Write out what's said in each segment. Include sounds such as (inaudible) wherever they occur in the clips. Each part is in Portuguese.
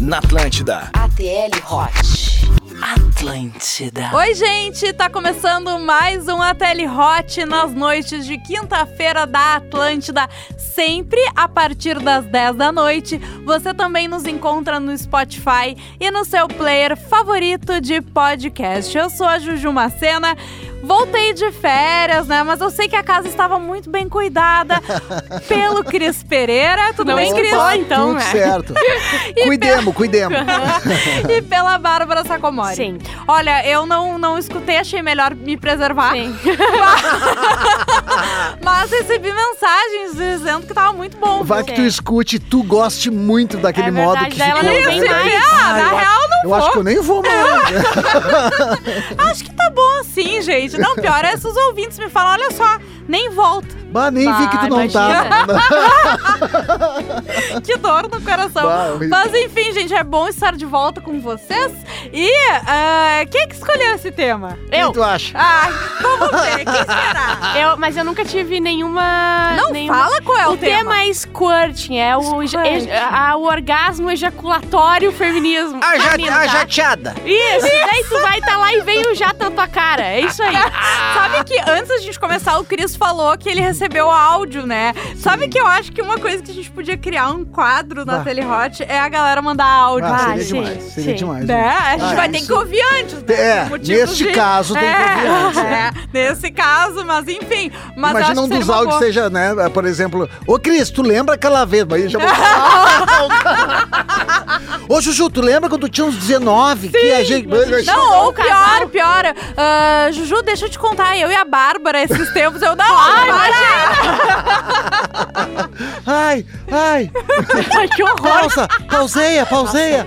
na Atlântida. ATL Hot. Atlântida. Oi, gente! Tá começando mais um ATL Hot nas noites de quinta-feira da Atlântida, sempre a partir das 10 da noite. Você também nos encontra no Spotify e no seu player favorito de podcast. Eu sou a Juju Macena. Voltei de férias, né? Mas eu sei que a casa estava muito bem (laughs) cuidada pelo Cris Pereira. Tudo Não é é bem, se Cris? pode, então, Tudo né? certo. E cuidemos, cuidemos. (laughs) e pela Bárbara Sacomori. Sim, Olha, eu não, não escutei, achei melhor me preservar. sim. (laughs) Mas recebi mensagens dizendo que tava muito bom. Vai que tu escute, tu goste muito daquele É modo verdade, que daí ela ficou. não vem né? mais. Ah, na eu acho- real, Eu acho que eu nem vou mais. acho que tá bom assim, gente. Não, pior é se os ouvintes me falam, olha só, nem volto. (laughs) (laughs) Bah, nem vi que tu não Bah, tava. Que dor no coração. Bah, horrível. Mas enfim, gente, é bom estar de volta com vocês. E ah, quem que escolheu esse tema? O Eu, que tu acha? Ai, então vamos ver, quem será? eu, mas eu nunca tive nenhuma. Não nenhuma... fala qual é o, O tema é squirting, é o, eja- Squirting. a- o orgasmo ejaculatório feminismo. A, feminino, ja, a tá? jateada. Isso, daí tu vai tá lá e vem o jato na tua cara. É isso (laughs) aí. Ah! Sabe que antes da gente começar, o Cris falou que ele recebeu áudio, né? Sabe que eu acho que uma coisa que a gente podia criar um quadro na Ah. Telehot é a galera mandar áudio. Ah, Ah, seria sim, demais. Seria sim. demais. né? né? A gente Ah, vai ter isso. que ouvir antes, né? É, Por motivos neste de- caso tem que ouvir antes. né? é, é, nesse caso, mas enfim. Mas eu acho Imagina que um seria dos uma áudios boa. seja, né, por exemplo, ô Cris, tu lembra aquela vez? Mas aí (laughs) já vou Ô Juju, tu lembra quando tu tinha uns 19? que a gente. Não, ou O casal. pior, pior. ah, Juju, deixa eu te contar. Eu e a Bárbara, esses tempos, eu não. Ai, Ai, ai. que horror. Pausa, pauseia, pauseia.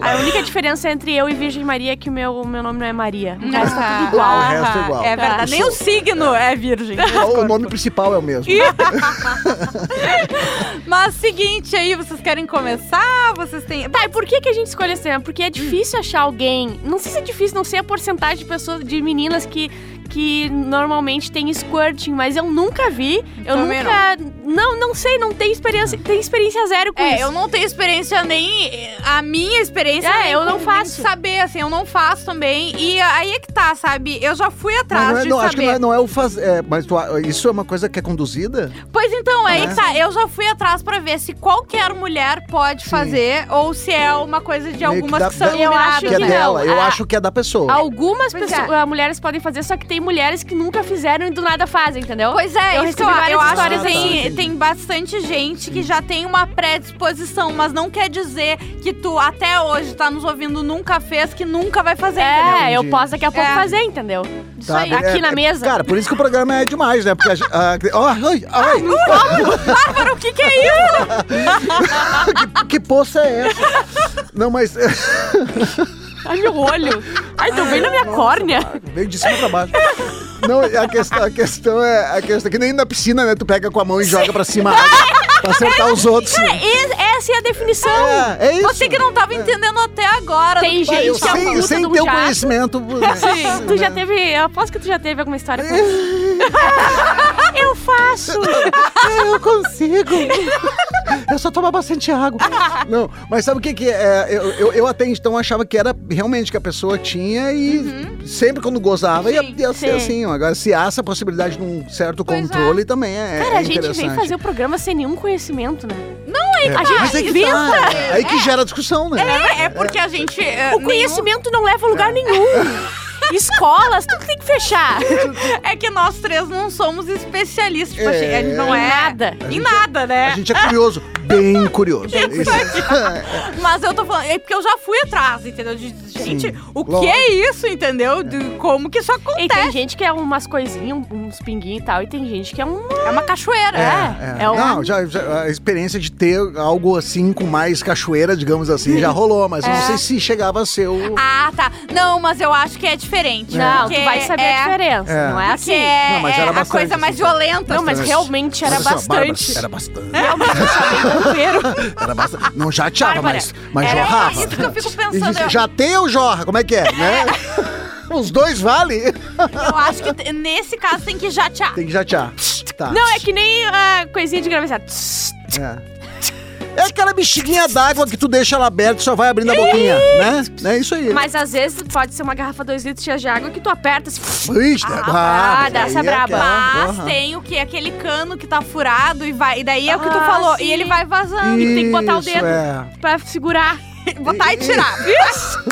A única diferença entre eu e Virgem Maria é que o meu, meu nome não é Maria. O resto tá tudo igual. igual. o resto é igual. É verdade. Nem o signo é virgem. O nome principal é o mesmo. Mas seguinte aí, vocês querem começar? Vocês têm. Tá, e por que, que a gente escolhe esse tema? Porque é difícil achar alguém. Não sei se é difícil, não sei a porcentagem de pessoas, de meninas que, que normalmente tem squirting, mas eu nunca vi. Eu Também nunca. Não. não, sei, não tenho experiência. Tem experiência zero com É, isso. eu não tenho experiência nem. A minha experiência. É, nem eu com não faço. Saber, assim, eu não faço também. E aí é que tá, sabe? Eu já fui atrás Mas não é- de não, saber. acho que não é, não é o fazer. É, mas tu a- isso é uma coisa que é conduzida? Pois então, aí É. que tá. Eu já fui atrás pra ver se qualquer mulher pode Sim. fazer ou se é uma coisa Meio de que algumas dá- que, são dá- Eu acho iluminadas. Que é não. dela. Eu Ah. acho que é da pessoa. Algumas Pois é. pessoas, ah, mulheres podem fazer, só que tem mulheres que nunca fizeram e do nada fazem, entendeu? Pois é, Eu isso que eu, recebi várias eu acho que histórias tem, assim. tem bastante gente que já tem uma predisposição, mas não quer dizer que tu até hoje tá nos ouvindo nunca fez, que nunca vai fazer. entendeu? É, eu Entendi. posso daqui a pouco É. fazer, entendeu? Isso Tá, aí, é- aqui na é- mesa. Cara, por isso que o programa é demais, né? Porque a gente. ah, ó, ai, ai, Bárbara, o que que (laughs) é isso? que, que poça é essa? Não, mas. (laughs) Ai, meu olho. Ai, tô bem na minha córnea. Veio de cima pra baixo. Não, a questão, a questão é. A questão é que nem na piscina, né? Tu pega com a mão e joga pra cima a água pra acertar os outros. Cara, es- essa é a definição. É, é isso. Você que não tava entendendo até agora. Tem Ah, eu gente que é sem, a puta sem do ter o jato. conhecimento. né? Sim, tu já teve. Eu aposto que tu já teve alguma história com isso. Eu faço! Eu consigo. É só tomar bastante água. Não, mas sabe o que que é? Eu, eu, eu até então achava que era realmente que a pessoa tinha e sempre quando gozava ia, Sim, ia ser sim. assim. ó. Agora, se há essa possibilidade de um certo Pois é. controle também é, Cara, é a gente interessante. vem fazer um o programa sem nenhum conhecimento, né? é, a gente mas é que inventa. tá, aí que gera discussão, né? É, é porque a gente. é, O conhecimento não leva a É. lugar nenhum. (laughs) Escolas, tudo tem que fechar. nenhum- É que nós três não somos especialistas. Tipo, a gente- a gente não Em é. nada. Em nada, né? A gente é curioso, bem curioso. Isso. (laughs) Mas eu tô falando. É porque eu já fui atrás, entendeu? De, de- gente, o que Lógico. é isso, entendeu? De como que isso E acontece? tem gente que é umas coisinhas, uns pinguinhos e tal, e tem gente que é um. É uma cachoeira. É, é um- Não, já, já- a experiência de ter algo assim com mais cachoeira, digamos assim, já rolou, mas eu É. não sei se chegava a ser o. Ah, tá. Não, mas eu acho que é diferente. Não, Porque tu vai saber é, a diferença. É. Não é Porque assim. é, Não, mas era é a bastante, coisa mais assim. violenta. Não, mas Bastante. realmente era Olha só, bastante. assim, Bárbara, Era bastante. Realmente, eu sou bem campeiro. (laughs) Era bastante. Não jateava, Bárbara, um mas, mas era jorrava. isso que eu fico pensando, E disse, eu- Já tem ou jorra? Como é que é? Né? (laughs) Os dois vale? Eu acho que t- nesse caso tem que jatear. é Tem que jatear. Tá. assim, Não, é que nem a coisinha de gravação. É. É aquela bexiguinha d'água que tu deixa ela aberta e só vai abrindo a boquinha, né? É isso aí. Mas às vezes pode ser uma garrafa 2 litros cheia de água que tu aperta assim, Ixi, Ah, mas dá aí essa é braba. aquela, Mas aham. tem o que? Aquele cano que tá furado e vai. E daí é o que tu Ah, falou. sim. E ele vai vazando. E- tem que botar o Isso, dedo. é. pra segurar. Botar e tirar.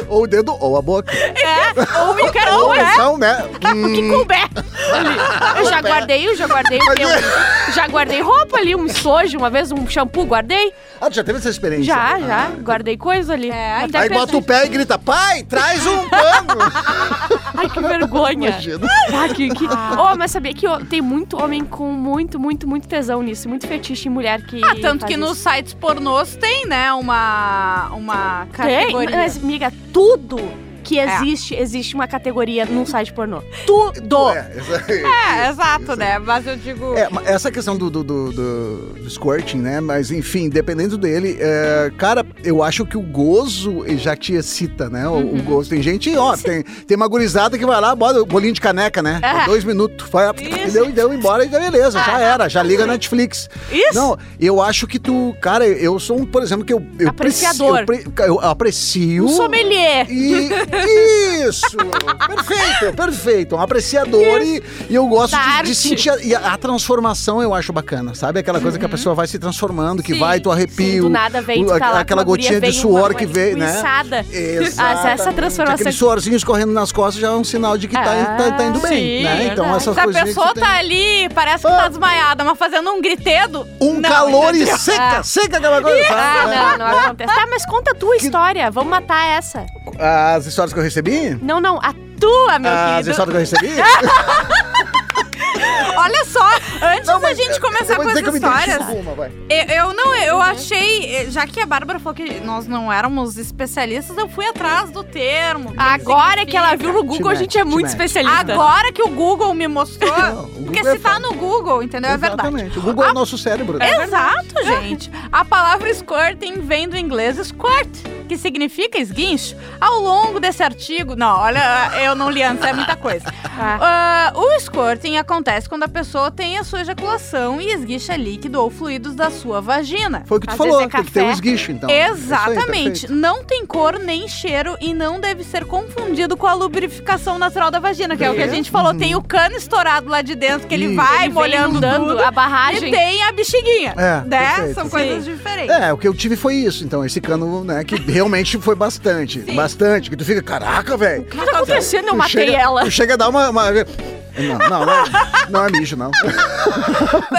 Ou o dedo ou a boca. É. Ou qualquer um, ou né? então, né? O que couber. Eu já guardei, eu já guardei o meu. é. Já guardei roupa ali, um estojo uma vez, um shampoo, guardei. Ah, tu já teve essa experiência? Já, Ah. já, guardei coisa ali. É, Até Aí bota pensei, o pé e grita, pai, traz um (laughs) pano. Ai, que (laughs) vergonha. Imagina. Ah, que, que... Oh, mas sabia que ó, tem muito homem com muito, muito, muito tesão nisso. Muito fetiche em mulher que Ah, tanto faz que nos isso. sites pornôs tem, né, uma, uma Tem, categoria. mas, é amiga, tudo que É. existe, existe uma categoria num site pornô. Tudo. É, essa, É, exato, né? Mas eu digo. é, mas essa questão do, do, do, do- do squirting, né? Mas enfim, dependendo dele, é, cara, eu acho que o gozo já te excita, né? O, o Uhum. gozo. Tem gente, ó, tem, tem uma gurizada que vai lá, bota o bolinho de caneca, né? É. Ah, Dois minutos, vai, e deu, e deu embora, e deu, beleza, já era, já liga a Netflix. Isso! Não, eu acho que tu, cara, eu sou um, por exemplo, que eu, eu Apreciador. preci- Eu, pre- eu aprecio. Um sommelier. E isso! perfeito, perfeito. Um apreciador e, e eu gosto Da de- de, arte. sentir. A, e a, a transformação eu acho bacana, sabe? Aquela coisa que a pessoa vai se transformando, que Sim, vai, tu Uhum. Sim, arrepio. do nada vem o- tu tá aquela- lá, aquela com uma guria, gotinha de vem suor uma- que uma vem, né? esguiçada. Exatamente. Ah, essa transformação Aquele que- suorzinho escorrendo nas costas já é um sinal de que tá, Ah, tá- tá indo bem, sim, né? Então verdade. essas Se a coisinhas que Ah. pessoa tu tá ali, parece que tá desmaiada, mas fazendo um gritedo. tem. Um não, calor e entendeu? seca, seca aquela coisa. Ah, sabe, né? não, não acontece. Tá, mas conta a tua história. Vamos matar essa. As histórias que eu recebi? Não, não, a tua, meu As querido. Ah, histórias que eu (laughs) recebi? Olha só, antes Não, da mas gente eu- eu começar vou com as dizer que eu me identifico histórias, com uma, vai. eu, eu não, Uhum. eu achei, eh, já que a Bárbara falou que nós não éramos especialistas, eu fui atrás do termo. o que Agora que ela significa. viu no Google, a Timete, gente é muito Timete. especialista. Agora que o Google me mostrou. Não, o porque Google é se tá no Google, entendeu? É verdade. Exatamente. O Google é Ah, o nosso cérebro. né? Exato, gente. A palavra squirting vem do inglês squirt, que significa esguincho. Ao longo desse artigo. Não, olha, eu não li antes, é muita coisa. Tá. Ah, o squirting acontece quando a pessoa tem a sua ejaculação e esguicha líquido ou fluidos da sua vagina. Foi o que tu Às falou, vezes é tem que ter um café. esguicho, então. Exatamente. É isso aí, perfeito. não tem cor nem cheiro e não deve ser confundido com a lubrificação natural da vagina, que é o que a gente falou. Tem o Uhum. cano estourado lá de dentro que ele Isso. vai Ele vem molhando inundando tudo. a E barragem. tem a bexiguinha. É, né? perfeito. São coisas diferentes. é, o que eu tive foi isso, então, esse cano, né, que realmente foi bastante, Sim. bastante, que tu fica, caraca, velho. O que tá acontecendo? Eu Tu matei chega- ela. Tu chega a dar uma... uma- Não, não, não, não é mijo, não.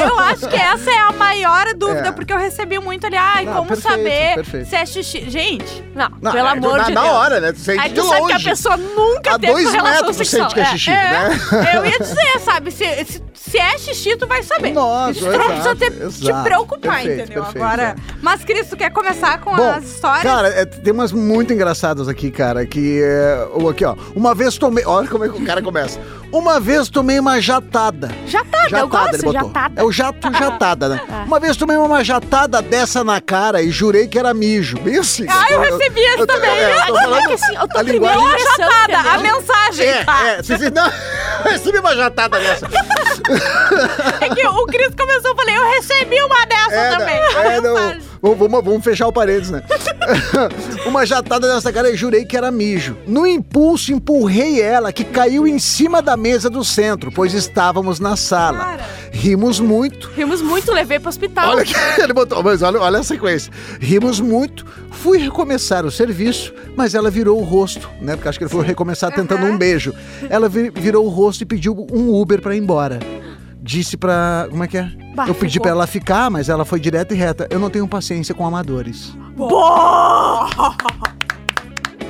Eu acho que essa é a maior dúvida, É. porque eu recebi muito ali, ai, Não, como perfeito, saber perfeito. se é xixi. Gente, Não, Não, pelo é, tu- amor na, de na Deus. hora, né, tu sente Aí de tu longe. sabe que a pessoa nunca a teve dois relação metros tu sexual. sente que é xixi, é, né? eu ia dizer, sabe, se, se, se é xixi, tu vai saber. Nossa, tu não precisa exato, ter, te exato. preocupar, Perfeito, entendeu? perfeito, Agora. é. Mas, Cris, tu quer começar com Bom, as histórias? Cara, é, tem umas muito engraçadas aqui, cara, que é. ou Aqui, ó. Uma vez tomei. Olha como é que o cara começa. Uma vez tomei uma jatada. Ah, Jatada, eu ele gosto, botou. jatada. É o jato jatada, né? (laughs) É. Uma vez tomei uma jatada dessa na cara e jurei que era mijo. Bem assim. Ah, eu recebi essa tô- também. é, eu tô falando- (laughs) É que assim, eu tô a primeira linguagem- impressão, Nada, a entendeu? mensagem. tá? É, é. Vocês, não, (laughs) eu recebi uma jatada dessa. É que o Cris começou, eu falei, eu recebi uma dessa É, não, também. é, A não. mensagem. Vamos, vamos- vamos fechar o parênteses, né? (laughs) Uma jatada nessa cara e jurei que era mijo. No impulso, empurrei ela, que caiu em cima da mesa do centro, pois estávamos na sala. Cara. Tá. Rimos muito. Rimos muito, levei pro hospital. Olha que (laughs) ele botou, mas olha, olha a sequência. Rimos muito, fui recomeçar o serviço, mas ela virou o rosto, né? Porque acho que ele foi recomeçar tentando um beijo. Ela vi- virou o rosto e pediu um Uber pra ir embora. Disse pra. Como é que é? Bah, Eu pedi ficou. pra ela ficar, mas ela foi direta e reta. Eu não tenho paciência com amadores. (laughs)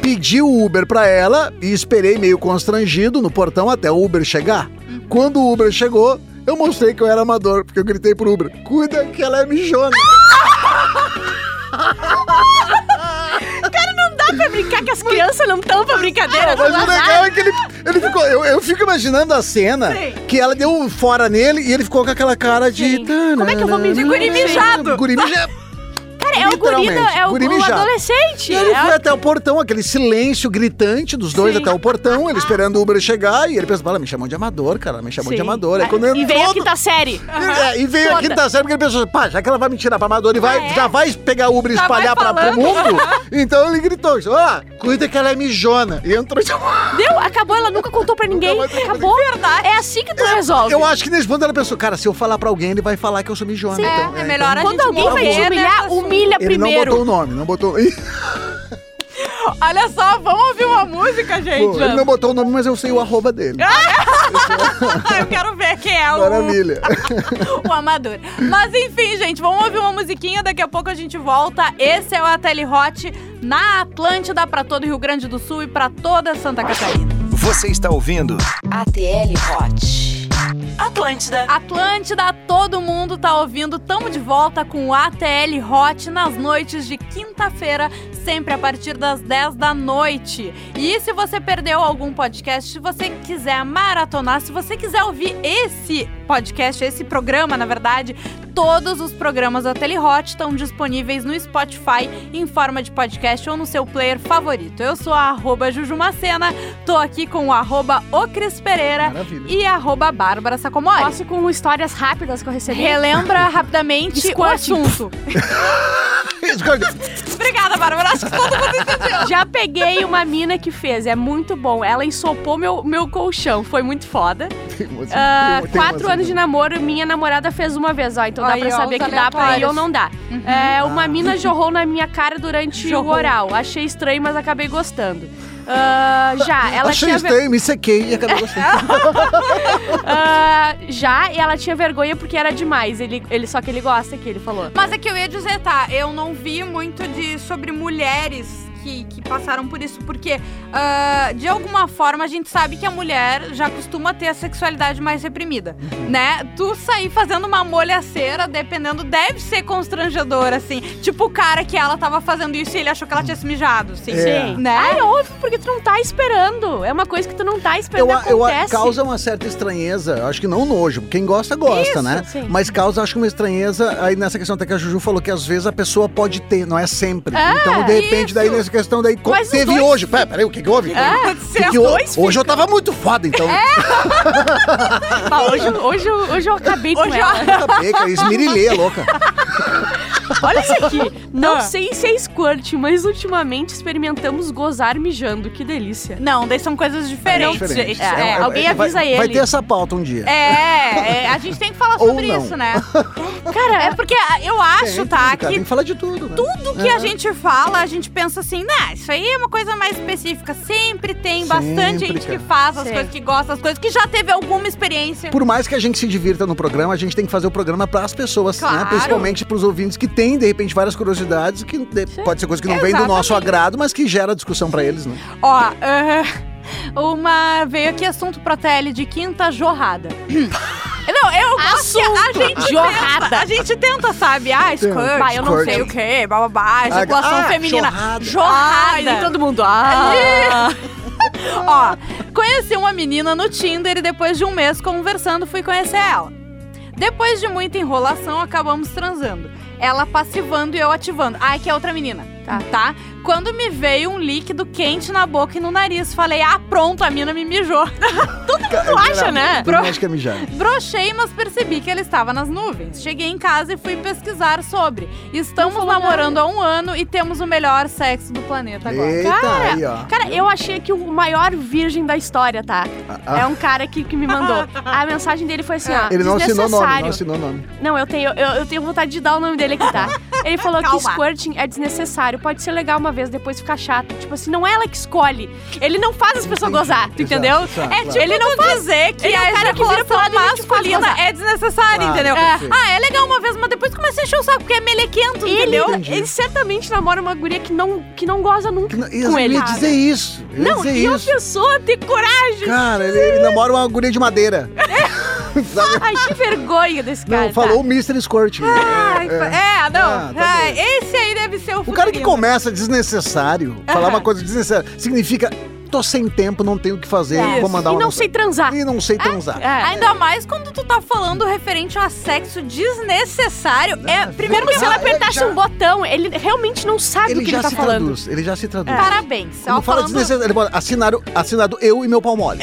Pedi o Uber pra ela e esperei meio constrangido no portão até o Uber chegar. Quando o Uber chegou, eu mostrei que eu era amador, porque eu gritei pro Uber: cuida que ela é mijona. Ah, Dá pra brincar que as crianças não estão pra brincadeira. Mas o não dá. legal é que ele, ele ficou. Eu, eu fico imaginando a cena que ela deu um fora nele e ele ficou com aquela cara de. Sim. Como é que eu vou me- de guri mijado? Guri mijado. Cara, é o é guri, da- é o, Guri o mijado. adolescente. E ele é foi até o portão, aquele silêncio gritante dos dois Sim. Ah, até o portão, ele esperando o Uber chegar, e ele pensa, "Bah, me chamou de amador, cara, me chamou de Sim. amador. Aí Ah, é quando E entrou veio a no- quinta série. É, e veio aqui Foda. tá certo porque ele pensou, pá, já que ela vai me tirar pra amador e vai, Ah, é? Tá, já vai pegar Uber e Já vai espalhar pra, pro falando. mundo, então ele gritou, ó, cuida que ela é mijona. E entrou de Deu, acabou, ela nunca contou pra ninguém. mais contou pra Acabou. É assim que tu resolve. Eu acho que nesse ponto ela pensou, cara, se eu falar pra alguém, ele vai falar que eu sou mijona. É, então, é melhor a Quando gente alguém vai te morrer humilhar, nessa sua. humilha Ele não primeiro. botou o nome, não botou. (laughs) Olha só, vamos ouvir uma música, gente. ele não botou o nome, mas eu sei o arroba dele. Ah, Eu quero ver quem é o, Maravilha. (laughs) o amador. Mas enfim, gente, vamos ouvir uma musiquinha, daqui a pouco a gente volta. Esse é o Ateli Hot na Atlântida, pra todo o Rio Grande do Sul e pra toda Santa Catarina. Você está ouvindo ATL Hot. Atlântida. Atlântida, todo mundo tá ouvindo. Tamo de volta com o ATL Hot nas noites de quinta-feira, sempre a partir das 10 da noite. E se você perdeu algum podcast, se você quiser maratonar, se você quiser ouvir esse podcast, esse programa, na verdade, todos os programas da Telehot estão disponíveis no Spotify em forma de podcast ou no seu player favorito. Eu sou a arroba Juju Macena, tô aqui com o arroba O Cris Pereira Maravilha. e arroba Bárbara Sacomori. Posso com histórias rápidas que eu recebi. Relembra rapidamente o Squirting. assunto. Obrigada, (laughs) Bárbara. Acho que todo mundo entendeu. (laughs) Já peguei uma mina que fez, é muito bom. Ela ensopou meu, meu colchão, foi muito foda. Ah, quatro anos de namoro, minha namorada fez uma vez, ó. Então Aí, dá pra ó, saber os que dá pra ir aleatórios. Uhum. ou não dá. É, Ah. uma mina jorrou na minha cara durante Jorrou. o oral. Achei estranho, mas acabei gostando. Ah, (laughs) já, ela Achei tinha ver- estranho, me sequei e acabei (laughs) gostando. Ah, já, e ela tinha vergonha porque era demais. Ele, ele só que ele gosta que ele falou. Mas é que eu ia dizer, tá, eu não vi muito de sobre mulheres que, que passaram por isso, porque ah, de alguma forma a gente sabe que a mulher já costuma ter a sexualidade mais reprimida, Uhum. né? Tu sair fazendo uma molhaceira, dependendo, deve ser constrangedor, assim. Tipo o cara que ela tava fazendo isso e ele achou que ela tinha se mijado, assim. É. Né? Ah, é óbvio, porque tu não tá esperando. É uma coisa que tu não tá Eu, esperando. eu, acontece. (laughs) causa uma certa estranheza, acho que não nojo, quem gosta, gosta, Isso, né? sim. Mas causa, acho que uma estranheza, aí nessa questão até que a Juju falou que às vezes a pessoa pode ter, não é sempre. É, então, de repente, daí isso. nessa questão, daí co- Mas os teve dois- Ah, hoje. Pera, peraí, o que, que houve? Então, Aconteceu. Que que hou- hoje eu tava muito foda, então. É. Bah, (laughs) hoje, hoje, eu- hoje eu acabei com Hoje eu- ela. Peca, esmirilhei, louca. Olha isso aqui. Não Ah. sei se é squirt, mas ultimamente experimentamos gozar mijando. Que delícia. Não, daí são coisas diferentes, É diferente. gente. É, É, alguém avisa vai, ele. Vai ter essa pauta um dia. É, é, a gente tem que falar Ou sobre não. isso, né? Cara, É porque ah, eu acho, Tem, tá, cara, Tem que que falar de tudo, né? tudo que a gente fala, a gente pensa assim, né, isso aí é uma coisa mais específica. Sempre tem bastante Sempre, gente cara. que faz as Sempre. coisas, que gosta as coisas, que já teve alguma experiência. Por mais que a gente se divirta no programa, a gente tem que fazer o programa pras pessoas, né? Claro. Principalmente pros ouvintes que têm, de repente, várias curiosidades, que de- pode ser coisa que não vem do nosso agrado, mas que gera discussão pra eles, (laughs) né? Ó, ah, uma... Veio aqui assunto pra TL de quinta (laughs) jorrada. Não, eu gosto que a gente jorrada. tenta, a gente tenta, sabe? Ah, skirt, Bah, eu não skirt. sei o quê, bababá, ejaculação um ah, feminina. jorrada. Ah, Jorrada. e todo mundo. Ah. (laughs) Ó, conheci uma menina no Tinder e depois de um mês conversando fui conhecer ela. Depois de muita enrolação, acabamos transando. Ela passivando e eu ativando. Ah, que é outra menina. Tá. tá? Quando me veio um líquido quente na boca e no nariz, falei: ah, pronto, a mina me mijou. (laughs) Tu acha, né? Tu acha que é mijar. Brochei, mas percebi que ela estava nas nuvens. Cheguei em casa e fui pesquisar sobre. Estamos Não falou namorando há um ano e temos o melhor sexo do planeta agora. Eita, Tá Cara, é um aí, ó. Cara, eu achei que o maior virgem da história, tá? Ah, É um cara que, que (laughs) me mandou. A mensagem dele foi assim, ó. Ele não assinou nome, não desnecessário. assinou nome. Não, eu tenho, eu, eu tenho vontade de dar o nome dele (laughs) aqui, tá? Ele falou que Calma. squirting é desnecessário. Pode ser legal uma vez, depois ficar chato. Tipo assim, não é ela que escolhe. Ele não faz as pessoas Entendi. gozar, tu Exato, entendeu? exato, é, claro. tipo, ele não faz. dizer que Ele é a um cara que vira pro ejaculação lado e não te faz masculina gozar. é desnecessária, Claro, entendeu? perfeito. Ah, é legal uma vez, mas depois começa a encher o saco, porque é melequento, Ele, entendeu? Entendi. ele certamente namora uma guria que não, que não goza nunca Eu com ele. ia dizer isso. eu ia Não, dizer e a é isso. pessoa ter coragem. Cara, ele, ele namora uma guria de (laughs) madeira. Sabe? Ai, que vergonha desse cara. Não, É. tá? Ah, falou o Mr. Squirt. Ai, É, é. É, não. Ah, tá Ai, esse aí deve ser o O cara que futurista. começa desnecessário, falar uma coisa desnecessária, significa tô sem tempo, não tenho o que fazer, Isso. vou mandar É. E uma não sei mensagem. transar. E não sei transar. É. Ainda mais quando tu tá falando referente a sexo desnecessário. é, primeiro Como que se ela Ah, ele apertasse já- um botão, ele realmente não sabe Ele o que já ele tá se falando. É. traduz, ele já se traduz. parabéns. Quando Ela fala falando- desnecessário, ele fala, assinado, assinado eu e meu pau mole.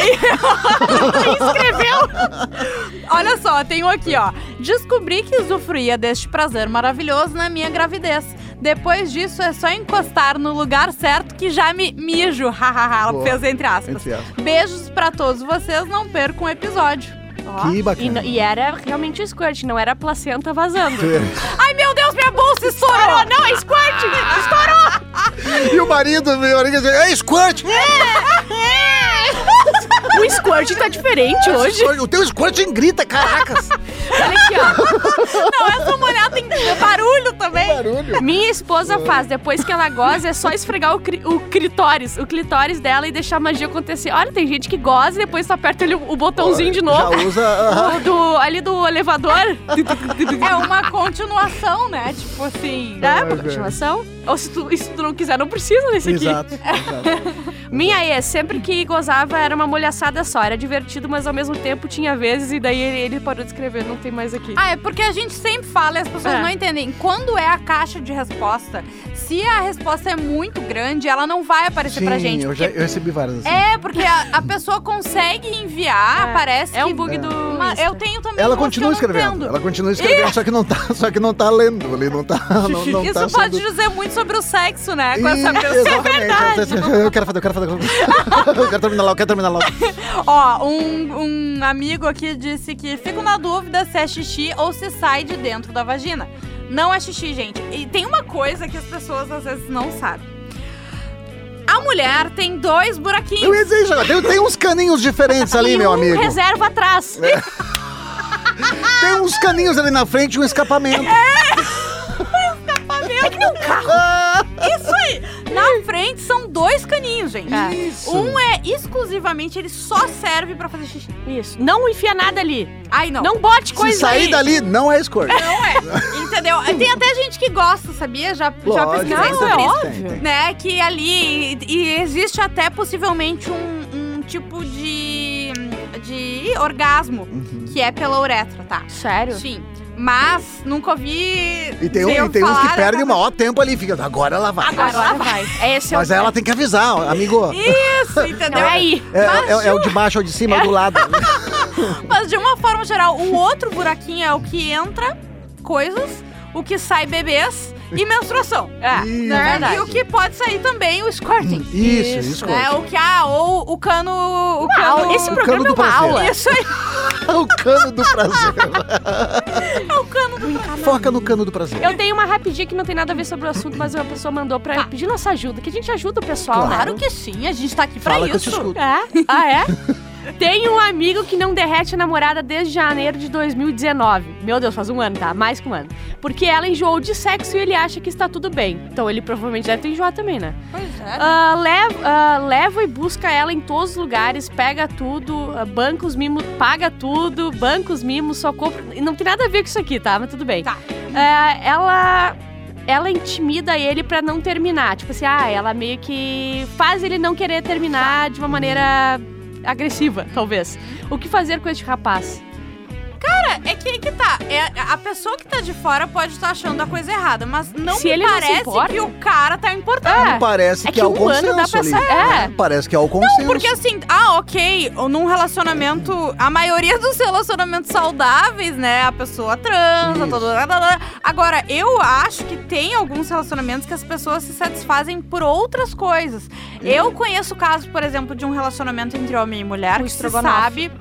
(laughs) Olha só, tem um aqui, ó. Descobri que usufruía deste prazer maravilhoso na minha gravidez. Depois disso, é só encostar no lugar certo que já me mijo. Hahaha, ela Boa. fez entre aspas. Entre aspas. Beijos pra todos vocês, não percam o episódio. Ó. Que E, bacana. n- e era realmente o squirt, não era a placenta vazando. (laughs) É. Ai, meu Deus, minha bolsa estourou! Não, é squirt! Estourou! E o marido, meu marido, diz, é squirt! o squirt tá diferente hoje. O teu squirt grita, (laughs) caracas! Olha aqui, (laughs) Não, essa mulher tem barulho também. Barulho. ó. Minha esposa faz, depois que ela goza, é só esfregar o, cri, o clitóris, o clitóris dela e deixar a magia acontecer. Olha, tem gente que goza e depois tu aperta ali o botãozinho de novo. Já usa... O do, ali (laughs) do elevador. um, né? É uma continuação, né? Tipo assim. É, Ai, uma velho. continuação. Ou se tu, e se tu não quiser, não precisa desse aqui. Exato. exato. Minha ex, sempre que gozava era uma molhaçada só, era divertido, mas ao mesmo tempo tinha vezes e daí ele, ele parou de escrever, não tem mais aqui. Ah, é porque a gente sempre fala e as pessoas É. não entendem. Quando é a caixa de resposta, se a resposta é muito grande, ela não vai aparecer Sim, pra gente. eu, já, porque- eu recebi várias assim. É, porque a, a pessoa consegue enviar, É. parece é que... um bug do. Mas Insta. eu tenho também Ela umas que eu continua não escrevendo, entendo. ela continua escrevendo, só que não tá, só que não tá lendo ali, não tá, não, não Isso tá pode sendo- dizer muito sobre o sexo, né? Com essa é Ih, pessoa. exatamente. Eu quero fazer, eu quero fazer, eu quero fazer. Eu quero terminar logo, eu quero terminar logo. Ó, um, um amigo aqui disse que fico na dúvida se é xixi ou se sai de dentro da vagina. Não é xixi, gente. E tem uma coisa que as pessoas às vezes não sabem. A mulher tem dois buraquinhos. Eu ia dizer isso agora. Tem, tem uns caninhos diferentes ali, E meu um amigo. reserva atrás. Tem uns caninhos ali na frente e um escapamento. É. (laughs) Ah, Isso aí! Na frente são dois caninhos, gente. É. Isso. Um é exclusivamente, ele só serve pra fazer xixi. Isso. Não enfia nada ali. Ai, não. Não, bote É. Se coisa sair aí. dali, não é escort. Não é. Entendeu? Tem até gente que gosta, sabia? Já, já Lógico, pesquisei tem, não, sobre é tem, isso. tem, tem. né? Que ali. E, e existe até possivelmente um, um tipo de. de orgasmo, Uhum. que é pela uretra, tá? Sério? Sim. Mas nunca ouvi. E tem, um- e tem uns que perdem o maior tempo ali, fica, agora ela vai. Agora vai. É esse é o- Mas aí ela tem que avisar, ó, (laughs) amigo. Isso, Não, entendeu? é aí. É, é- é o de baixo, é o de cima, é o do (laughs) lado. Mas de uma forma geral, o outro buraquinho é o que entra coisas, o que sai bebês e menstruação. É, Isso. né? É verdade. Hum, E o que pode sair também, o squirting. Isso, isso. É, o que, ah, ou o cano. O cano Ah, aula. (laughs) Esse O programa cano é do uma prazer. aula. Isso aí, o cano do prazer. é o cano do Foca no cano do prazer. Eu tenho uma rapidinha que não tem nada a ver sobre o assunto, mas uma pessoa mandou pra pedir nossa ajuda, que a gente ajuda o pessoal, né? Claro que sim, a gente tá aqui pra Fala que eu te isso. escuto. É? Ah, é? Tem um amigo que não derrete a namorada desde janeiro de 2019. Meu Deus, faz um ano, tá? Mais que um ano. Porque ela enjoou de sexo e ele acha que está tudo bem. Então ele provavelmente deve ter enjoado também, né? pois é. Ah, lev- ah, leva e busca ela em todos os lugares, pega tudo, ah, bancos mimos, paga tudo, bancos mimos, só compra. e Não tem nada a ver com isso aqui, tá? Mas tudo bem. Tá. Ah, ela. Ela intimida ele pra não terminar. Tipo assim, ah, ela meio que faz ele não querer terminar de uma maneira agressiva, talvez. O que fazer com este rapaz? É que, é que tá, é, a pessoa que tá de fora pode estar achando a coisa errada, mas não Se me ele não se parece importa. que o cara tá importando. É. Parece É que há o que um ano dá consenso pra ali. sair- né? Parece que há o consenso. Porque assim, ah, ok, num relacionamento, a maioria dos relacionamentos saudáveis, né, a pessoa transa, Isso. todo... lá, lá, lá. Agora, eu acho que tem alguns relacionamentos que as pessoas se satisfazem por outras coisas. Eu conheço o caso, por exemplo, de um relacionamento entre homem e mulher, O que se estrogonofe. sabe...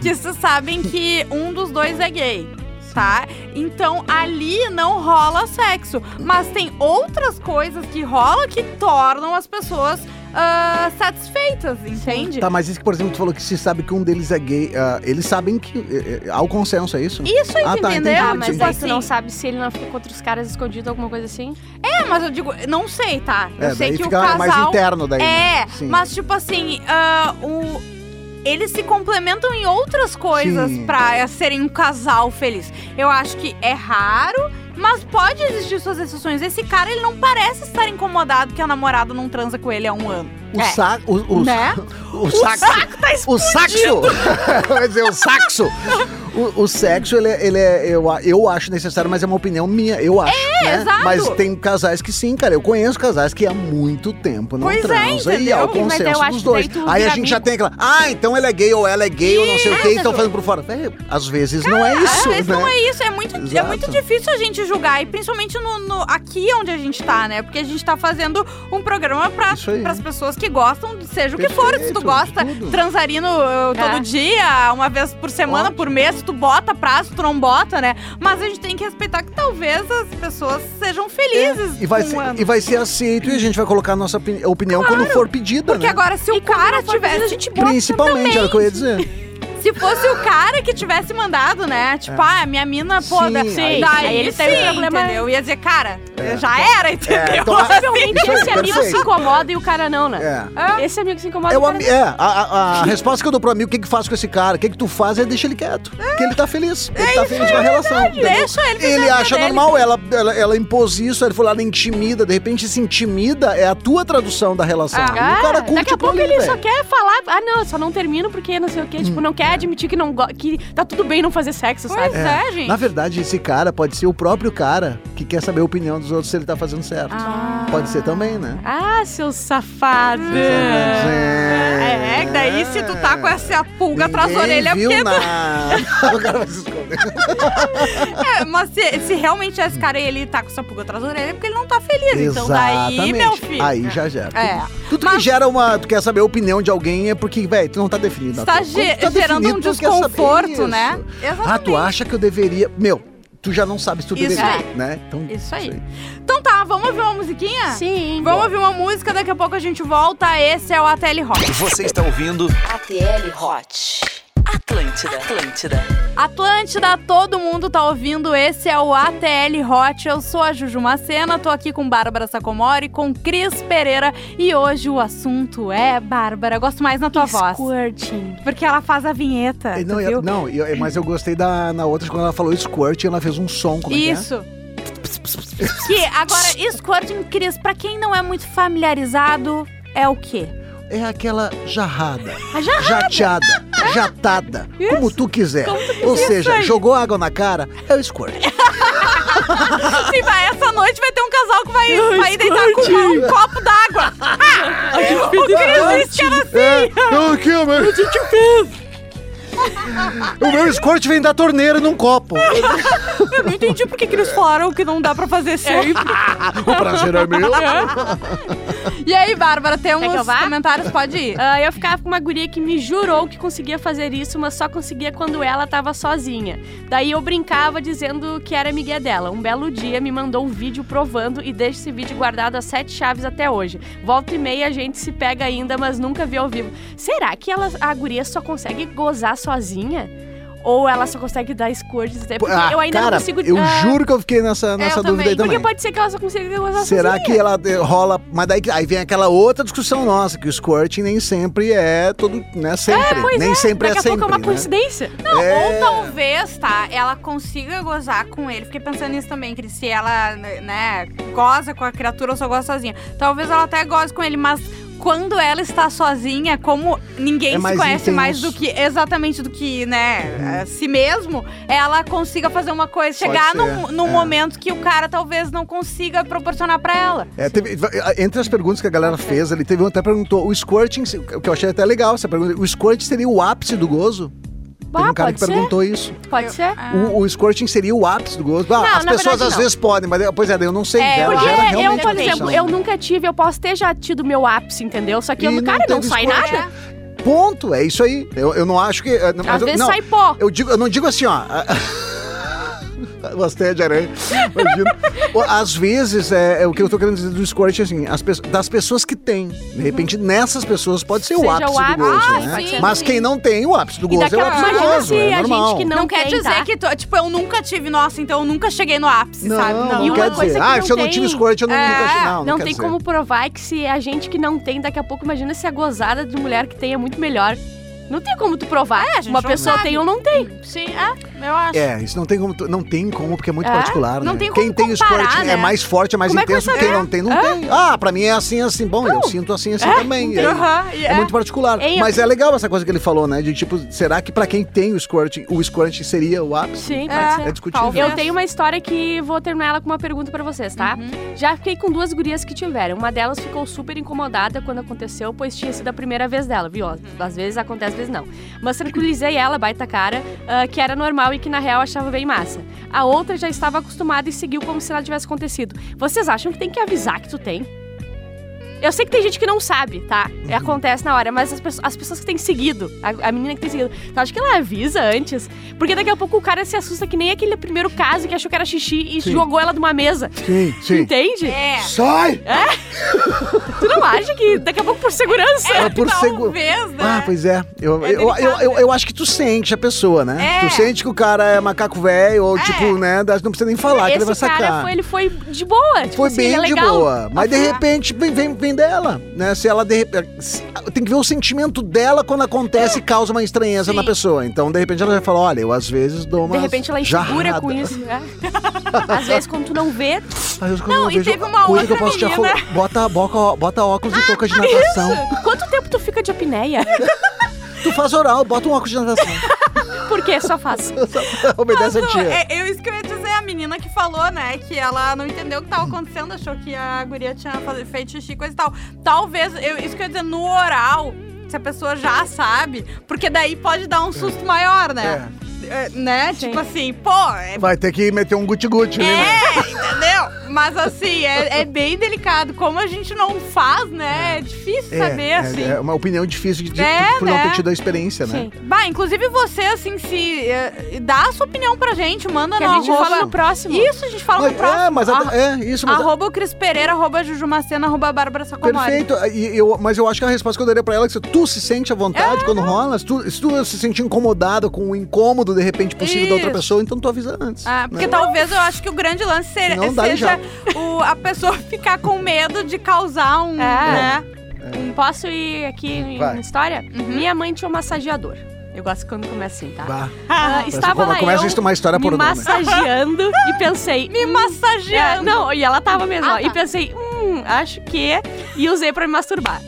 (laughs) que se sabem que um dos dois é gay. Tá? Então ali não rola sexo. Mas tem outras coisas que rolam que tornam as pessoas ah, satisfeitas, entende? Tá, mas isso que, por exemplo, tu falou que se sabe que um deles é gay. ah, eles sabem que eh, eh, há o consenso, é isso? Isso é, Ah, aí, tá, assim, entendeu? entendi. Ah, Sim, mas sim. aí assim, tu não sabe se ele não fica com outros caras escondido, alguma coisa assim? É, mas eu digo, não sei, tá? Eu é, sei daí que o fica casal. mais interno daí. né? É, Sim. mas tipo assim, ah, o... eles se complementam em outras coisas Sim. pra serem um casal feliz. Eu acho que é raro, mas pode existir suas exceções. Esse cara, ele não parece estar incomodado que a namorada não transa com ele há um ano. O É. saco. O, o, Né? o saxo. tá O saxo! (laughs) Quer dizer, o saxo! O, o sexo, ele, é- ele é, eu, a- eu acho necessário, mas é uma opinião minha, eu acho. É, né? exato. Mas tem casais que sim, cara. Eu conheço casais que há muito tempo não Pois é, transam. e há o entendeu? Mas consenso eu acho dos que dois. daí tu Aí a vira gente já amigo. tem aquela. Ah, então ele é gay ou ela é gay ou não sei o quê, então fazendo por fora. Velho, às vezes não é isso, Às vezes né? não é isso, é muito, é Exato. muito difícil a gente julgar, e principalmente no, no- aqui onde a gente tá, né? Porque a gente tá fazendo um programa pra, Isso aí. pras pessoas que gostam, seja o que for, se tu Perfeito, gosta, tudo. transarino uh, todo É. dia, uma vez por semana, por mês, se tu bota prazo, tu não bota, né? Mas a gente tem que respeitar que talvez as pessoas sejam felizes É, E vai, com ser, um ano. e vai ser aceito e a gente vai colocar a nossa opini- opinião quando for pedida, Porque né? agora, se E o quando cara não for feliz, tivesse... a gente Principalmente, era o que eu ia dizer. Se fosse o cara que tivesse mandado, né? Tipo, ah, minha mina, pô, É. Sim, da- aí daí sim. ele Sim, tem um problema. Entendeu? Ia dizer, cara, já era, entendeu? É, (laughs) então, Provavelmente Isso aí, esse amigo perfeito. se incomoda e o cara não, né? É. Esse amigo se incomoda e Eu o cara ami- é, a, a- a resposta que eu dou pro amigo, o que que faz com esse cara? O que que tu faz é deixa ele quieto. Porque ele tá feliz. É Ele tá feliz com a relação. entendeu? Deixa é ele fazer Ele a vida acha dele. né? normal, ela, ela, ela impôs isso, ele foi lá, ela intimida. De repente, se intimida é a tua tradução da relação. Ah, e o cara curte daqui a aquilo pouco ali, ele só velho. Hum, é. quer falar, ah não, eu só não termino porque não sei o quê, tipo, não quer admitir que não go- que tá tudo bem não fazer sexo, Pois sabe? é, gente. Na verdade, esse cara pode ser o próprio cara que quer saber a opinião dos outros se ele tá fazendo certo. Ah. Pode ser também, né? Ah, seu safado. É, que daí se tu tá com essa pulga atrás da Ninguém orelha, é viu porque. nada. (laughs) o cara vai se esconder. É, mas se, se realmente esse cara ele tá com essa pulga atrás da orelha, é porque ele não tá feliz. Então daí, Exatamente. meu filho. Aí já gera. É. Tudo que gera uma. Tu quer saber a opinião de alguém é porque, velho, tu não tá definido. Tá, Quando tu ge- tá gerando definido, um tu quer saber desconforto, isso. né? Exatamente. Ah, tu acha que eu deveria. Meu, tu já não sabe se tu Isso deveria, aí. né? Então, Isso aí. Então tá, vamos ouvir uma musiquinha? Sim. Vamos ouvir uma música, daqui a pouco a gente volta. Esse é o ATL Rock. Você está ouvindo ATL Hot. Atlântida. Atlântida. Atlântida, todo mundo tá ouvindo. Esse é o ATL Hot. Eu sou a Juju Macena, tô aqui com Bárbara Sacomori, com Cris Pereira. E hoje o assunto é Bárbara. Eu Gosto mais na tua voz. Squirting. Porque ela faz a tá, vinheta. E Não, Tá, tu eu- viu? não eu- é, mas eu gostei da na outra, quando ela falou squirt, ela fez um som. Como Isso. que agora, squirting, Cris, pra quem não é muito familiarizado, é o quê? é que é? É aquela jarrada. Ah, A jarrada. Jateada. (laughs) Jatada. Como tu quiser. Ou seja, aí. jogou água na cara, é o squirt. (laughs) Se vai essa noite, vai ter um casal que vai, vai deitar com um, um copo (laughs) d'água. o Cris disse que era É, eu aqui, ó, mas... O meu squirt vem da torneira num copo. Eu não entendi por que, que eles falaram que não dá pra É, fazer sempre. o prazer é meu. E aí, Bárbara, Quer temos que eu vá? comentários? Pode ir. (laughs) Ah, eu ficava com uma guria que me jurou que conseguia fazer isso, mas só conseguia quando ela tava sozinha. Daí eu brincava dizendo que era amiga dela. Um belo dia me mandou um vídeo provando e deixa esse vídeo guardado a sete chaves até hoje. Volta e meia a gente se pega ainda, mas nunca vi ao vivo. Será que ela, a guria só consegue gozar sozinha? Ou ela só consegue dar squirts? Porque Ah, (laughs) eu ainda cara, não consigo... eu ah, juro que eu fiquei nessa, nessa eu dúvida aí Porque também. pode assim. ser que ela só consiga gozar Será sozinha. que ela eh, rola... Mas daí aí vem aquela outra discussão nossa, que o squirt nem sempre é todo... Né, sempre. nem sempre Daqui é a pouco sempre, é uma né? coincidência. Não, É. Ou talvez, tá, ela consiga gozar com ele. Fiquei pensando nisso também, que se ela, né, goza com a criatura ou só goza sozinha. Talvez ela até goze com ele, mas quando ela está sozinha, como É ninguém se mais conhece intenso. mais do que, exatamente do que, né, a si mesmo, ela consiga fazer uma coisa, Pode chegar ser, num, num é. momento que o cara talvez não consiga proporcionar pra ela. É, teve- entre as perguntas que a galera fez, ele teve um até perguntou, o squirting, o que eu achei até legal essa pergunta, o squirt seria o ápice do gozo? Bah, teve um cara pode que ser. perguntou isso. Pode ser. O, o squirting seria o ápice do gozo. Ah, Não, as na pessoas verdade, às não. vezes podem, mas pois é, eu não sei. É, gera- porque gera Porque eu, realmente por uma exemplo, discussão. eu nunca tive, eu posso ter já tido meu ápice, entendeu? Só que eu, E cara, não teve sai squirt. nada. Ponto, é isso aí. Eu, eu não acho que. é, não- mas Às eu- vezes não, sai pó. Eu, digo, eu não digo assim, ó. (laughs) Gostei de aranha. Imagina. Ó, Às vezes, é, é o que eu tô querendo dizer do squirt, é assim, as pe- das pessoas que têm. De repente, nessas pessoas pode ser o Seja ápice o ápice, do gozo, ah, né? pode ser Mas ruim. quem não tem o ápice do E gozo é o daquela ápice do imagina gozo, se é a normal. gente que não, Não, quer tem, dizer tá? que, tu- tipo, eu nunca tive, nossa, então eu nunca cheguei no ápice, Não, sabe? não, E uma quer coisa dizer, que ah, não se eu não tem- tive squirt, eu não, É, nunca Não, Não quer tem dizer. como provar que se a gente que não tem, daqui a pouco, imagina se a gozada de mulher que tem é muito melhor. Não tem como tu provar. É, a gente Uma não pessoa sabe. tem ou não tem. Sim, é, eu acho. (laughs) É, isso não tem como, tu- não tem como porque é muito É, particular, não né? tem quem como tem comparar, esporte né? é mais forte, é mais Como é que intenso, vai quem saber? não tem, não tem. Ah, pra mim é assim, assim, bom, eu sinto assim, assim também. É, Aham, e é muito particular. Em- Mas é legal essa coisa que ele falou, né? De tipo, será que pra quem tem o squirt, o squirt seria o ápice? É. Sim, pode ser. É discutível. Eu tenho uma história que vou terminar ela com uma pergunta pra vocês, tá? Já fiquei com duas gurias que tiveram. Uma delas ficou super incomodada quando aconteceu, pois tinha sido a primeira vez dela, viu? Ó, Às vezes acontece, às vezes não. Mas tranquilizei ela, baita cara, ah, que era normal e que na real achava bem massa. A outra já estava acostumada e seguiu como se nada tivesse acontecido. Vocês acham que tem que avisar que tu tem? Eu sei que tem gente que não sabe, tá? É, Acontece na hora, mas as, pesso- as pessoas que têm seguido, a, a menina que tem seguido, tu acha que ela avisa antes? Porque daqui a pouco o cara se assusta que nem aquele primeiro caso que achou que era xixi e Sim. jogou ela de uma mesa. Sim, sim. Entende? É. Sai! Tu não acha que daqui a pouco por segurança? É por seguro. Talvez, né? Ah, pois é. Eu, É eu, eu, delicado, eu, eu acho que tu sente a pessoa, né? É. Tu sente que o cara é macaco velho, ou É. tipo, né? Não precisa nem falar, que ele vai Esse sacar. cara foi, ele foi de boa. Tipo Foi assim, bem ele é de legal. boa. Mas de Ah, tá. repente vem, vem, vem dela, né? Se ela de repente. se- Tem que ver o sentimento dela quando acontece e causa uma estranheza Sim. na pessoa. Então, de repente, ela vai falar: olha, eu às vezes dou uma. De repente ela é insegura com isso. (laughs) né? Às vezes quando tu não vê, não, e teve uma coisa que eu outra posso te menina- Ah, afo- bota, boca, bota óculos e touca de natação. quanto tempo tu fica de apneia? Tu faz oral, bota um óculos de (laughs) natação. Por quê? Só faz. Obedece a tia. É, eu, isso que eu ia dizer, a menina que falou, né, que ela não entendeu o que tava acontecendo, achou que a guria tinha faz- feito xixi, coisa e tal. Talvez, eu, isso que eu ia dizer, no oral, se a pessoa já sabe, porque daí pode dar um susto maior, né? É, né? Sim. Tipo assim, pô, é, Vai ter que meter um guti-guti, né? é, entendeu? Mas assim, é, é bem delicado. Como a gente não faz, né? É difícil saber, assim. é uma opinião difícil de, de, É, por não né? ter tido a experiência, né? Sim. Bah, inclusive você, assim, se eh, dá a sua opinião pra gente, manda Que no a gente arroba. fala no próximo. Isso, a gente fala Mas- no próximo. Ah, é, mas Arro- até- é, isso, mas Arroba o Cris Pereira, arroba a Juju Macena, arroba a Bárbara Sacomori. Perfeito. E eu- mas eu acho que a resposta que eu daria pra ela é que se tu se sente à vontade quando rola, se tu, se tu se sentir incomodada com o incômodo, de repente, possível da outra Isso. pessoa, então tu avisa antes. Ah, porque né? talvez eu acho que o grande lance ser- Não dá seja o- a pessoa (laughs) ficar com medo de causar um. É. Né? Posso ir aqui em Vai. história? Uhum. Minha mãe tinha um massageador. Eu gosto quando começa assim, tá? Bah, Ah, parece estava que come- lá começa eu isso uma história por me nome. massageando e pensei... Me massageando. É, não, e ela tava mesmo. Ah, ó, tá. E pensei, hum, acho que. E usei pra me masturbar.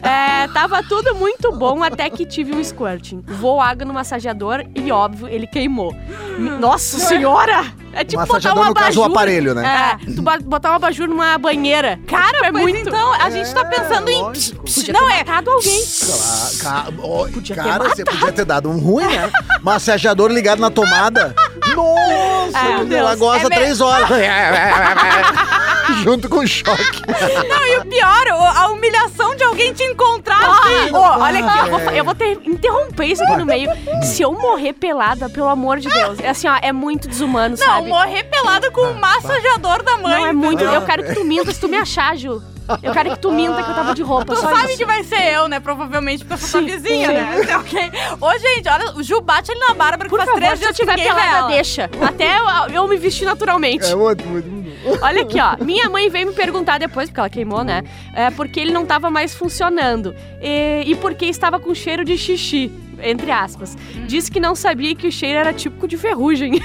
É, tava tudo muito bom até que tive um squirting. Voou água no massageador e, óbvio, ele queimou. Me- Nossa senhora! É tipo botar Massageador, um no caso, o abajur. aparelho, né? É, tu ba- botar um abajur numa banheira. Cara, é Pois muito. então, a gente tá É, pensando em. lógico. Podia não, ter é. matado alguém. Cla- ca- ó, cara, você podia ter dado um ruim, (laughs) né? Massageador ligado na tomada. Nossa, Ai, meu Deus. ela gosta É me- três horas. (laughs) Junto com choque. é. Não, e o pior, o- a humilhação de alguém te encontrar. Ah, assim. Ó, olha aqui, eu vou, é. fa- eu vou ter, interromper isso aqui no meio. Se eu morrer pelada, pelo amor de Deus. É assim, ó, é muito Não, desumano, sabe? morrer pelada com o massageador da mãe. Não, é muito. entendeu? Eu quero que tu minta se tu me achar, Ju. Eu quero que tu minta que eu tava de roupa. Tu só sabe isso. que vai ser eu, né? Provavelmente, porque eu sou Sim, tua vizinha, sim. né? Então, ok. Ô, gente, olha, o Ju bate ali na Bárbara, que Por faz favor, três se eu dias tiver que ninguém vê pelada, ela. deixa. Até eu, eu me vestir naturalmente. É um- muito, muito, muito. Olha aqui, ó. Minha mãe veio me perguntar depois, porque ela queimou, né? É, porque ele não tava mais funcionando. E, e porque estava com cheiro de xixi, entre aspas. Disse que não sabia que o cheiro era típico (laughs) de ferrugem.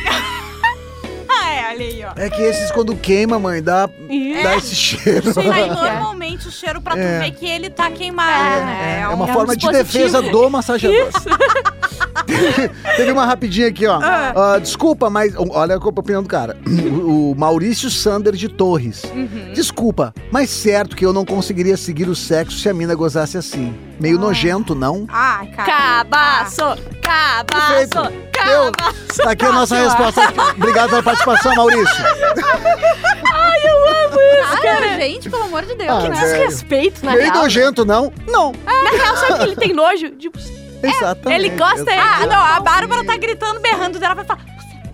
Ah, é, olha aí, ó. É que esses quando queima, mãe, dá, É, dá esse cheiro. Sim, Aí, é. normalmente, o cheiro pra tu É. ver que ele tá queimado, né? É, é uma um- forma de dispositivo. defesa do massageador. (laughs) Teve uma rapidinha aqui, ó. Ah, desculpa, mas. Olha a opinião do cara. O, o Maurício Sander de Torres. Uhum. Desculpa, mas certo que eu não conseguiria seguir o sexo se a mina gozasse assim. Meio nojento, não? Ai, cara. Cabaço! Cabaço! Perfeito. Deu. Cabaço! Tá aqui a nossa Ótimo. resposta. Obrigado pela participação, Maurício. Ah, gente, pelo amor de Deus, Ah, né? velho. Desrespeito, na Meio real. nojento, não? é né? Não. Na real, sabe que ele tem nojo? Tipo, Exatamente. ele gosta, é- Ah, não, a Bárbara tá gritando, berrando dela, vai falar...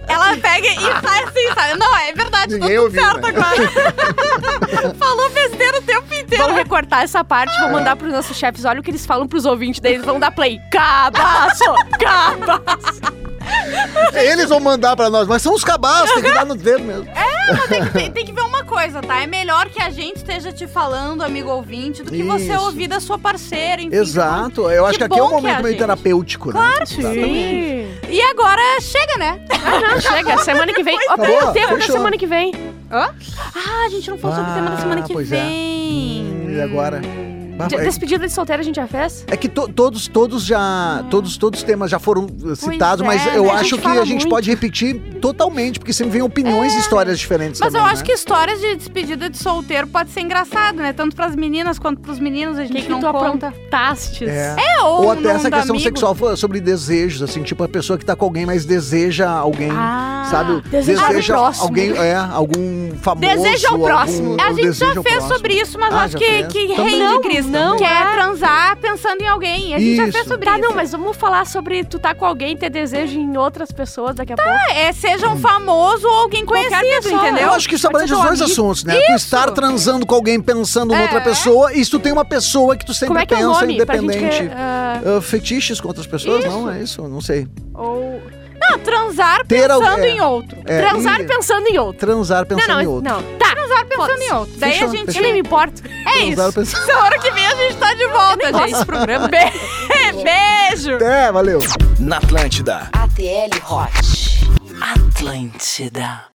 Ela pega e sai assim, sabe? Não, é verdade, tá Ninguém tudo ouviu, certo né? (laughs) agora. Falou besteira o tempo inteiro. Vamos recortar essa parte, vou mandar pros nossos chefes. Olha o que eles falam pros ouvintes deles. Vão dar play. Cabaço! Cabaço! Eles vão mandar pra nós, mas são os cabaços, tem que dar no dedo mesmo. mas tem que, tem- tem que ver uma coisa, tá? É melhor que a gente esteja te falando, amigo ouvinte, do que você Isso. ouvir da sua parceira, enfim. Exato. Eu acho que Que aqui é um bom que é momento a meio gente. terapêutico, né? Claro, Sim. E agora chega, né? Ah, não, chega. Semana que vem. Ó, Acabou, tem o tema da fechou. semana que vem. Ah, a gente não falou sobre o tema da Ah, semana que pois é. vem. E agora? Bah, De- é- Despedida de solteira a gente já fez? É que to- todos, todos já, todos, todos os temas já foram uh, citados, é, mas né? eu A acho gente que fala a gente muito. pode repetir totalmente, porque sempre vem opiniões e histórias diferentes. É. Mas eu também, acho né? que histórias de despedida de solteiro pode ser engraçado, né? Tanto pras meninas quanto pros meninos, a O que, gente que não tu conta. aprontastes? É. É, ou, Ou um até essa nome do questão amigo. sexual fo- sobre desejos, assim, tipo a pessoa que tá com alguém, mas deseja alguém. Ah. Sabe? desejar o próximo. alguém, é, algum famoso. Deseja o algum- próximo. ou É, A gente já deseja o fez próximo. sobre isso, mas Ah, acho já que, fez? que Também. rende, Não, Cris. não. Quer transar pensando em alguém. A gente já fez Isso. sobre é? Tá, isso. não, mas vamos falar sobre tu tá com alguém ter desejo em outras pessoas daqui a pouco. É, seja um famoso ou alguém Hum. Qualquer conhecido, pessoa. Eu entendeu? acho que isso Pode abrange ser os teu dois amigo. assuntos, né? Tu estar transando com alguém pensando em outra pessoa, e se tu tem uma pessoa que tu sempre É. Como é que é pensa, o nome? Pra gente independente. ver. ah, Ah, fetiches com outras pessoas? Não, é isso, não sei. ou... Não, transar Ter pensando al- é. em outro. É, Transar e- pensando em outro. Transar pensando não, não, em outro. não. Tá. Transar pensando em outro. Daí a Fechou, gente. fechou. Eu nem me importo. É isso. Transar (laughs) pensando... Semana que vem a gente tá de volta, gente. Esse programa. (laughs) Be- Beijo! É, valeu. na Atlântida. ATL Hot. Atlântida.